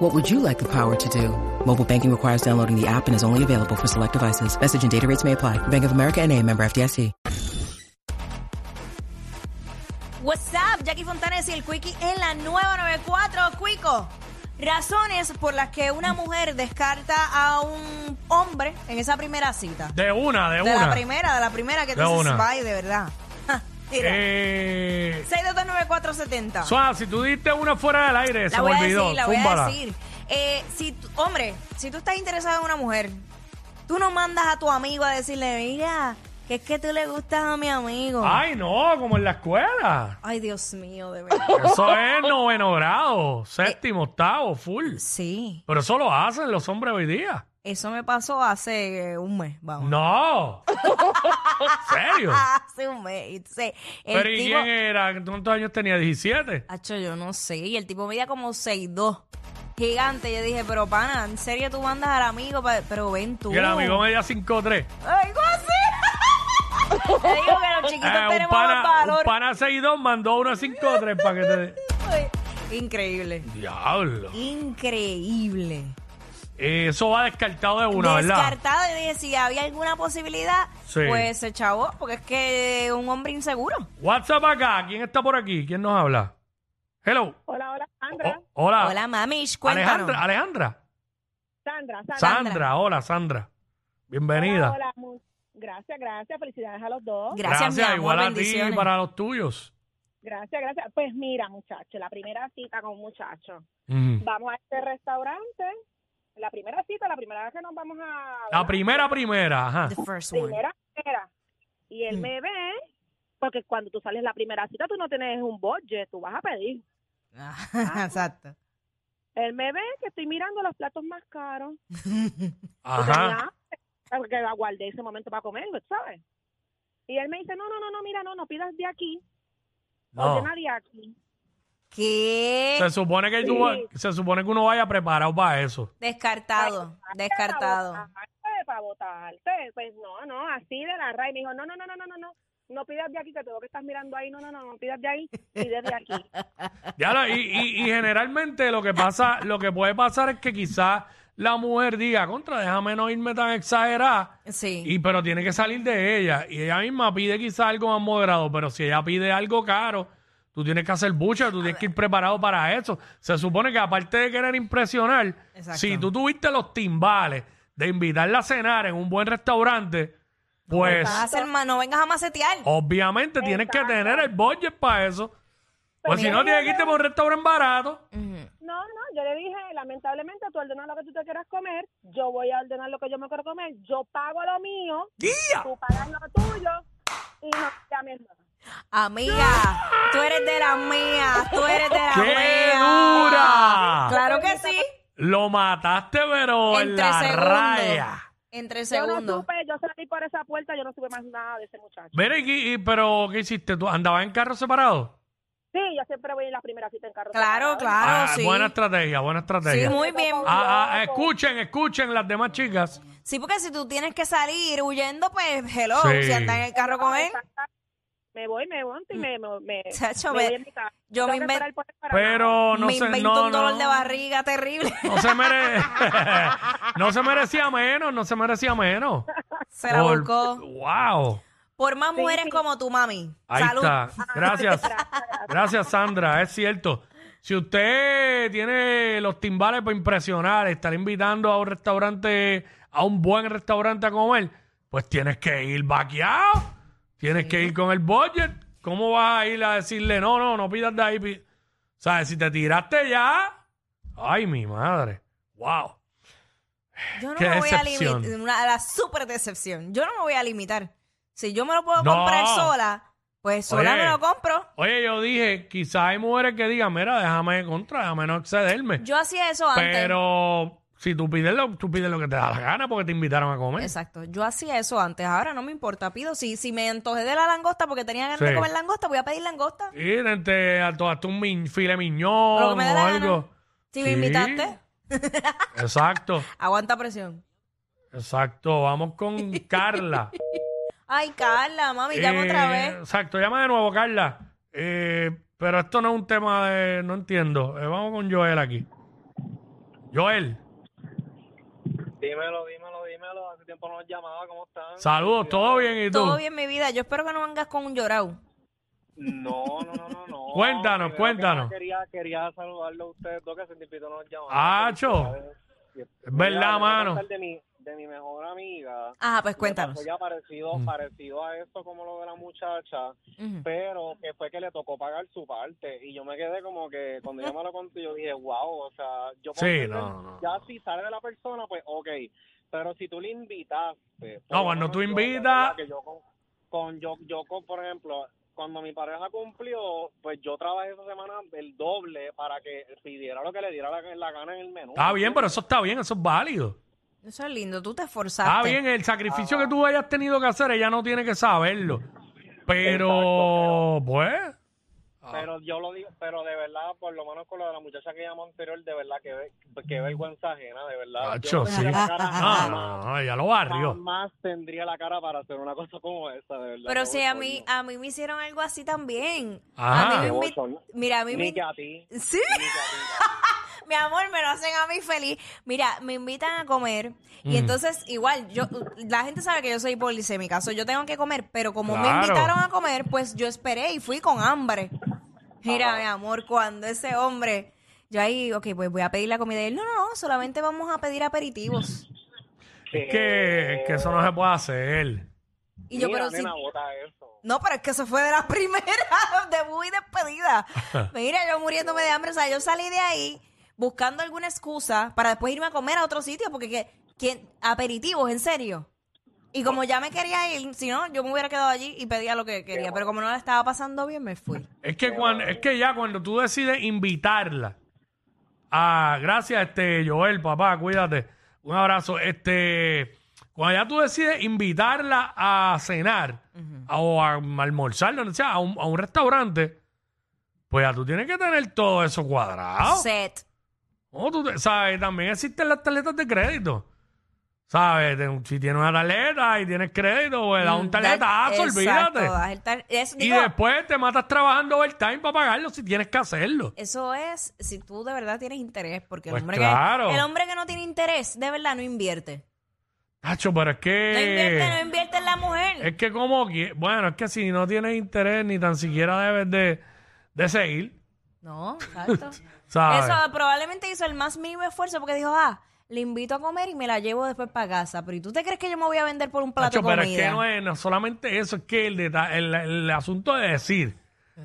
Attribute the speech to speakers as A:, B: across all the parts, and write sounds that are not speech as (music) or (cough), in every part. A: What would you like the power to do? Mobile banking requires downloading the app and is only available for select devices. Message and data rates may apply. Bank of America and a member FDIC.
B: What's up, Jackie Fontanes y el Quickie en la nueva 94, Quico. Razones por las que una mujer descarta a un hombre en esa primera cita.
C: De una, de,
B: De
C: una.
B: la primera, de la primera que tú
C: De
B: dices,
C: una.
B: bye, de verdad. (laughs) Ja, Mira,
C: Eh,
B: 6229470.
C: Suá, si tú diste una fuera del aire, se
B: la
C: me
B: voy a
C: olvidó.
B: decir, la voy a
C: Zúmbala.
B: decir. Eh, si, tú- hombre, si tú estás interesado en una mujer, tú no mandas a tu amigo a decirle, mira, que es que tú le gustas a mi amigo. Ay,
C: Ay, no, como en la escuela.
B: Dios mío, de verdad.
C: (laughs) Eso es noveno grado, séptimo, octavo, full.
B: Sí,
C: Pero eso lo hacen los hombres hoy día.
B: eso me pasó hace eh, un mes, vamos.
C: No. ¿En
B: (laughs)
C: serio?
B: Hace un mes. Entonces, el
C: Pero ¿y
B: tipo,
C: quién era? ¿Cuántos años tenía? ¿17?
B: Acho, yo no sé. Y el tipo medía como 6'2. Gigante. Yo dije, pero pana, ¿en serio tú mandas al amigo? pa- Pero ven tú.
C: Y el amigo medía 5'3.
B: Algo así. (laughs) Te digo que los chiquitos
C: Eh, un
B: tenemos más
C: pana, un
B: valor.
C: pana 6'2 mandó uno a 5'3 para que te...
B: Increíble.
C: Diablo.
B: Increíble.
C: Eh, Eso va descartado de una, ¿verdad?
B: Descartado. Yo dije, si había alguna posibilidad,
C: Sí.
B: pues se chavó. Porque es que un hombre inseguro.
C: WhatsApp acá, ¿quién está por aquí? ¿Quién nos habla? Hello.
D: Hola, hola, Sandra.
C: O- hola.
B: Hola, mamish, cuéntanos.
C: Ah. Alejandra, Alejandra.
D: Sandra, Sandra.
C: Sandra. hola, Sandra. Bienvenida.
D: Hola, hola, mu- Gracias, gracias. Felicidades a los dos.
B: Gracias, mi amor,
C: igual a ti y
B: bendiciones.
C: para los tuyos.
D: Gracias, gracias. Pues mira, muchacho, la primera cita con un muchacho.
C: Ujú.
D: Vamos a este restaurante. La primera cita, la primera vez que nos vamos a...
C: La primera, primera, ajá.
B: The first one.
D: primera, primera. Y
B: pues,
D: él
B: Mm.
D: me ve, porque cuando tú sales la primera cita, tú no tienes un budget, tú vas a pedir.
B: Ah, (laughs) Exacto.
D: Él me ve que estoy mirando los platos más caros. Porque
C: Ajá.
D: tenía- Porque aguardé ese momento para comer, ¿sabes? Y él me dice, no, no, no, no, mira, no, no pidas de aquí,
C: No.
D: ordena de aquí.
B: ¿Qué?
C: Se supone que tú va- se supone que uno vaya preparado para eso.
B: Descartado, descartado.
D: Para votarte, pues no, no, así de la raíz. Me dijo, no, no, no, no, no, no, no, no pidas de aquí, que todo lo que estás mirando ahí, no, no, no, no pidas de ahí, pides de aquí.
C: Ya lo- y, y- y generalmente lo que pasa, lo que puede pasar es que quizás la mujer diga, contra, déjame no irme tan exagerada.
B: Sí.
C: Y pero tiene que salir de ella. Y ella misma pide quizás algo más moderado, pero si ella pide algo caro, tú tienes que hacer bucha, tú tienes que ir preparado para eso. Se supone que aparte de querer impresionar,
B: Exacto.
C: si tú tuviste los timbales de invitarla a cenar en un buen restaurante, pues
B: Vas a hacer ma- no vengas a macetear.
C: obviamente tienes que
D: Exacto.
C: tener el budget para eso. Pues
D: Pero
C: si no,
D: mira,
C: tienes que irte por un restaurante barato.
B: Ujú.
D: No, no, yo le dije, lamentablemente tú ordenas lo que tú te quieras comer, yo voy a ordenar lo que yo me quiero comer, yo pago lo mío, tú pagas lo tuyo y no llames más.
B: Amiga, tú eres de las mías, tú eres de las
C: ¡Qué
B: mías.
C: dura!
B: Claro que sí.
C: Lo mataste, pero en
B: En
C: la
B: tres segundos.
C: raya.
B: En tres
D: Yo no
B: segundos.
D: supe, yo salí por esa puerta, yo no supe más nada de ese muchacho.
C: Mira, ¿y qué- y- pero ¿qué hiciste? ¿Tú andabas en carro separado?
D: Sí, yo siempre voy en las primeras citas en carro.
B: Claro,
D: separado.
B: claro,
C: Ah,
B: sí.
C: Buena estrategia, buena
B: Sí,
C: estrategia.
B: muy bien.
C: Ah, ah, escuchen, escuchen las demás chicas.
B: Sí, porque si tú tienes que salir huyendo, pues hello,
C: Sí.
B: si andas en el carro con él.
D: Ah, Me voy, me voy y me, me, me,
B: Chacho,
D: me
B: ve-
D: voy en mi casa.
B: yo
D: Tengo
B: me
D: que
B: inven-
D: esperar por el parado.
B: (laughs)
C: Pero no
B: Me
C: se
B: invento
C: no,
B: un dolor
C: no,
B: de barriga terrible. (laughs)
C: no se mere- (laughs) no se merecía menos, no se merecía menos.
B: Se la
C: Por-
B: buscó.
C: Wow.
B: Por más mujeres
D: sí.
B: como tu mami.
C: Ahí
B: Salud. Ah,
C: está. Gracias. Gracias, Sandra. Es cierto. Si usted tiene los timbales para impresionar, estar invitando a un restaurante, a un buen restaurante a comer, pues tienes que ir vaqueado. Tienes que ir con el budget. ¿Cómo vas a ir a decirle, no, no, no pidas de ahí? pi-"? ¿Sabes? Si te tiraste ya. Ay, mi madre. Wow.
B: Yo no
C: Qué
B: me voy a
C: decepción.
B: limitar. Una, la super decepción. Yo no me voy a limitar. Si yo me lo puedo
C: No.
B: comprar sola, pues sola
C: Oye.
B: me lo compro.
C: Oye, yo dije, quizás hay mujeres que digan, mira, déjame contra, déjame no excederme.
B: Yo hacía eso antes.
C: Pero Si tú pides lo, tú pides lo que te da la gana porque te invitaron a comer.
B: Exacto, yo hacía eso antes, ahora no me importa, pido. Si, si me antojé de la langosta porque tenía ganas de
C: Sí.
B: comer langosta, voy a pedir langosta.
C: Y entre a todas un min- filet miñón
B: Lo
C: o
B: que me dé la gana.
C: algo.
B: Si me
C: Sí.
B: invitaste,
C: Exacto,
B: aguanta presión.
C: exacto. Vamos con
B: (laughs)
C: Carla.
B: Ay, Carla, mami, llama
C: Eh,
B: Pues otra vez.
C: Exacto, llama de nuevo, Carla. Eh, pero esto no es un tema de. No entiendo. Eh, vamos con Joel aquí. Joel,
E: Dímelo, dímelo, dímelo. Hace tiempo no nos llamaba, ¿cómo están?
C: saludos, ¿todo bien y tú?
B: Todo bien, mi vida. Yo espero que no vengas con un llorado.
E: No, no, no, no, no.
C: (laughs) Cuéntanos,
E: Primero que
C: cuéntanos.
E: nada, Quería, quería saludarlo a ustedes dos que hace tiempito no nos llamaban.
C: Acho.
E: Es
C: Ah, verdad, mano.
E: De mi, de mi mejor amiga.
B: Ajá, pues
E: Me
B: cuéntanos.
E: pasó Ya parecido,
C: Mm.
E: parecido a esto como lo de la muchacha,
B: Ujú.
E: pero que fue que le tocó pagar su parte. Y yo me quedé como que cuando ella me lo contó, yo dije, wow, o sea, yo puedo
C: Sí,
E: entender,
C: no, no.
E: ya si sale de la persona, pues ok. Pero si tú le invitaste. por
C: No,
E: lo
C: cuando
E: menos
C: tú
E: yo, la
C: invitas-
E: verdad que yo con, con- yo, yo con, por ejemplo, cuando mi pareja cumplió, pues yo trabajé esa semana el doble para que pidiera lo que le diera la, la gana en el menú.
C: Está bien, pero eso está bien, eso es válido.
B: Eso es lindo,
C: Ah,
B: tú te esforzaste.
C: Está bien, el sacrificio que tú hayas tenido que hacer, ella no tiene que saberlo. Pero, pues,
E: Pero yo lo digo, pero de verdad, por lo menos con lo de la muchacha que llamó anterior, de verdad, que, ve- que vergüenza ajena, de verdad.
C: Acho,
E: yo
C: sí. Ah,
E: tendría la cara-
C: No, no,
E: jamás,
C: no, ella lo barrió.
E: jamás tendría la cara para hacer una cosa como esa, de verdad.
B: Pero
E: qué
B: si a
E: bochorno.
B: mí, a mí me hicieron algo así también.
C: Ajá.
B: A mí
E: Qué
B: me
E: bochorno.
B: invit- Mira, a mí
E: Ni
B: me...
E: que a ti.
B: (laughs) Sí,
E: ni que a
B: mi amor, me lo hacen a mí feliz. Mira, me invitan a comer
C: Mm.
B: y entonces igual, yo la gente sabe que yo soy polisémica, so yo tengo que comer, pero como me
C: Claro.
B: invitaron a comer, pues yo esperé y fui con hambre. Mira, mi amor, cuando ese hombre, yo ahí, ok, pues voy a pedir la comida y él, no, no, no, solamente vamos a pedir aperitivos.
E: ti.
C: Es que, es que eso no se puede hacer.
B: Y yo,
E: Mira,
B: pero si
E: nena, bota eso.
B: No, pero es que eso fue de la (laughs) primera, debut y
C: (laughs)
B: despedida. Mira, yo muriéndome de hambre. O sea, yo salí de ahí buscando alguna excusa para después irme a comer a otro sitio, porque que, que- aperitivos, en serio. Y como ya me quería ir, si no, yo me hubiera quedado allí y pedía lo que quería. Pero como no la estaba pasando bien, me fui.
C: Es que, cuando, es que ya cuando tú decides invitarla a. Gracias, este, Joel, papá, cuídate. Un abrazo. Este. Cuando ya tú decides invitarla a cenar a- o a almorzar, donde sea, a un, a un restaurante, pues ya tú tienes que tener todo eso cuadrado.
B: Set.
C: No, tú te- ¿sabes? También existen las tarjetas de crédito. ¿Sabes? Ten- Si tienes una tarjeta y tienes crédito, pues da un
B: Mm, that-
C: tarjetazo,
B: exacto,
C: olvídate.
B: das el tar- es-
C: Y
B: digo,
C: después te matas trabajando overtime para pagarlo si tienes que hacerlo.
B: Eso es si tú de verdad tienes interés, porque el,
C: Pues
B: hombre
C: claro.
B: que, el hombre que no tiene interés, de verdad, no invierte.
C: Nacho, pero es
B: No invierte, no
C: que.
B: invierte en la mujer.
C: Es que como. que- Bueno, es que si no tienes interés ni tan siquiera debes de, de seguir.
B: No, (laughs) exacto.
C: ¿Sabes?
B: Eso probablemente hizo el más mínimo esfuerzo porque dijo, ah, le invito a comer y me la llevo después para casa. Pero ¿y tú te crees que yo me voy a vender por un plato
C: Nacho,
B: de comida?
C: pero es que no es no solamente eso, es que el, deta- el, el asunto de decir,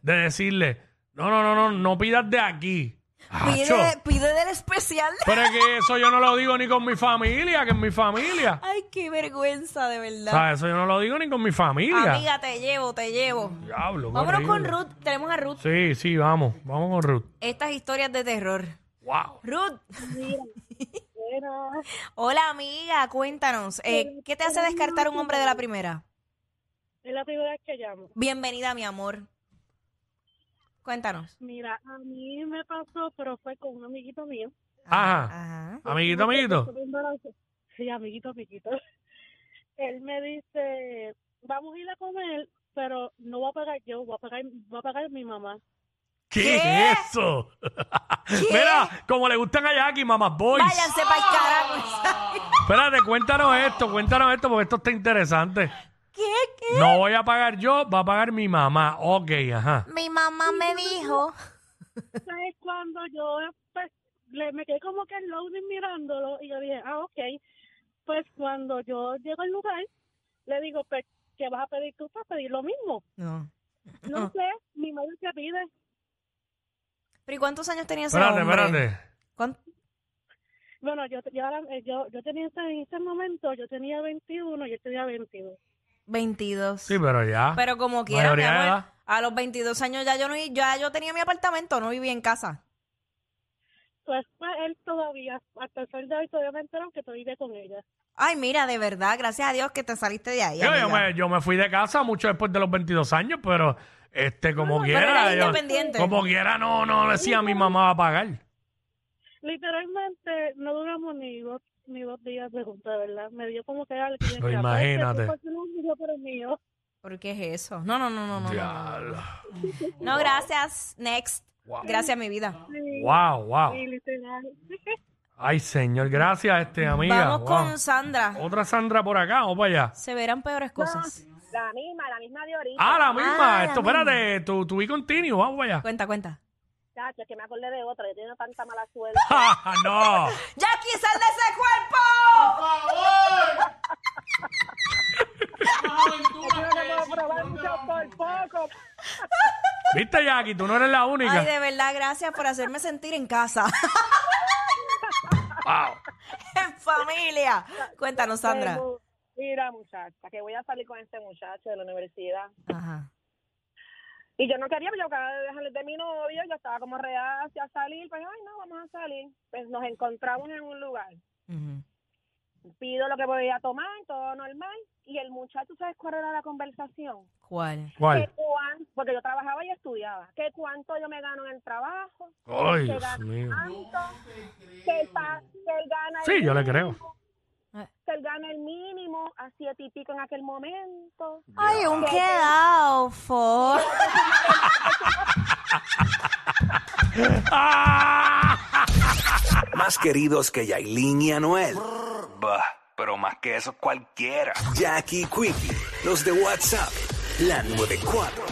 C: de decirle, no, no, no, no, no pidas de aquí. Nacho.
B: pide, pide del especial.
C: Pero es que eso yo no lo digo ni con mi familia, que es mi familia.
B: (laughs) Ay, qué vergüenza, de verdad.
C: ¿Sabes? Eso yo no lo digo ni con mi familia.
B: Amiga, te llevo, te llevo.
C: Diablo, qué
B: Vámonos con
C: Mm. horrible.
B: Ruth. Tenemos a Ruth.
C: Sí, sí, vamos. Vamos con Ruth.
B: Estas historias de terror.
C: Wow.
B: Ruth,
D: Era-
B: hola amiga, cuéntanos. eh, ¿Qué te hace descartar un hombre de la primera?
D: Es la primera vez que llamo.
B: Bienvenida, mi amor. Cuéntanos.
D: Mira, a mí me pasó, pero fue con un amiguito mío.
C: Ajá.
B: Ajá.
C: Amiguito, amiguito.
D: Estuve embarazada. Sí, amiguito, amiguito. (laughs) Él me dice, vamos a ir a comer, pero no voy a pagar yo, voy a pagar, voy a pagar mi mamá.
C: ¿Qué,
B: ¿Qué?
C: es eso? (laughs) Mira, como le gustan a Jackie, Mamás Boys.
B: Váyanse para el carajo.
C: Espérate, cuéntanos esto, cuéntanos esto, porque esto está interesante.
B: (laughs) ¿Qué? ¿Qué?
C: No voy a pagar yo, va a pagar mi mamá. Ok, ajá.
B: Mi mamá me dijo.
D: Entonces, cuando yo pues, le, me quedé como que en loading mirándolo y yo dije, ah, ok. Pues cuando yo llego al lugar, le digo, pues, ¿qué vas a pedir tú para pedir lo mismo?
B: No.
D: No sé, mi madre se pide.
B: ¿Pero y cuántos años tenía ese
C: Espérate,
B: hombre?
C: espérate.
B: ¿Cuán-
D: Bueno, yo, yo, ahora- eh, yo, yo tenía ese- en ese momento, yo tenía 21 y él tenía 22.
B: 22.
C: Sí, pero ya.
B: Pero como quiera, Pues mi
C: Mayoría de
B: amor,
C: edad.
B: a los 22 años ya yo no ya yo tenía mi apartamento, no vivía en casa.
D: Pues, pues, él todavía, hasta el sol de hoy todavía me enteraron que todavía vive con ella.
B: Ay, mira, de verdad, gracias a Dios que te saliste de ahí.
C: Yo, yo
B: amiga.
C: me, yo me fui de casa mucho después de los 22 años, pero este como
B: Pero
C: quiera,
B: eres
C: yo-
B: independiente.
C: como quiera no no decía mi mamá va a pagar.
D: Literalmente no duramos ni dos, ni dos días de junta, ¿verdad? Me dio como que algo.
C: Pero imagínate.
D: mío.
B: ¿Por qué es eso? No, no, no, no, no, no. No,
C: Diablo.
B: No, gracias. Next. Gracias, mi vida.
D: Sí,
C: Wow, wow.
D: y literal.
C: Ay, señor, gracias este amiga.
B: Vamos
C: Wow.
B: con Sandra.
C: Otra Sandra por acá, o para allá.
B: Se verán peores cosas.
D: La misma, la misma de ahorita.
C: Ah, la misma.
B: la
C: Esto, espérate, tu, tu be continuo, vamos para allá.
B: Cuenta, cuenta.
D: Chacho, es que me acordé de otra, yo tengo tanta mala suerte.
C: Ah, (laughs) no.
B: ¡Jackie, sal de ese cuerpo!
D: Yo no puedo probar mucho por poco.
C: Viste, Jackie, tú no eres la única.
B: Ay, de verdad, gracias por hacerme sentir en casa. (laughs)
C: Wow.
B: en familia. Cuéntanos, Sandra.
D: Pero, Mira, muchacha, que voy a salir con este muchacho de la universidad.
B: Ajá.
D: Y yo no quería, pero yo acababa de dejarle de mi novio, yo estaba como reacia a salir, pues, ay, no, vamos a salir. Pues nos encontramos en un lugar.
B: Ujú.
D: Pido lo que podía tomar, todo normal. Y el muchacho, ¿sabes cuál era la conversación?
B: ¿Cuál?
D: Que
C: ¿Cuál?
D: cuán- porque yo trabajaba y estudiaba. Que cuánto yo me gano en el trabajo,
C: Ay,
D: que
C: Dios
D: gano
C: mío.
D: tanto, que él, pa- que él gana el
C: Sí, yo le
B: (laughs)
C: creo.
D: mínimo, Que él gana el mínimo a siete y pico en aquel momento.
B: Ay, un quedado, for.
C: ¡Ah!
F: Más queridos que Yailin y Anuel. Bah, pero más que eso cualquiera. Jackie Quickie, los de WhatsApp, la 94.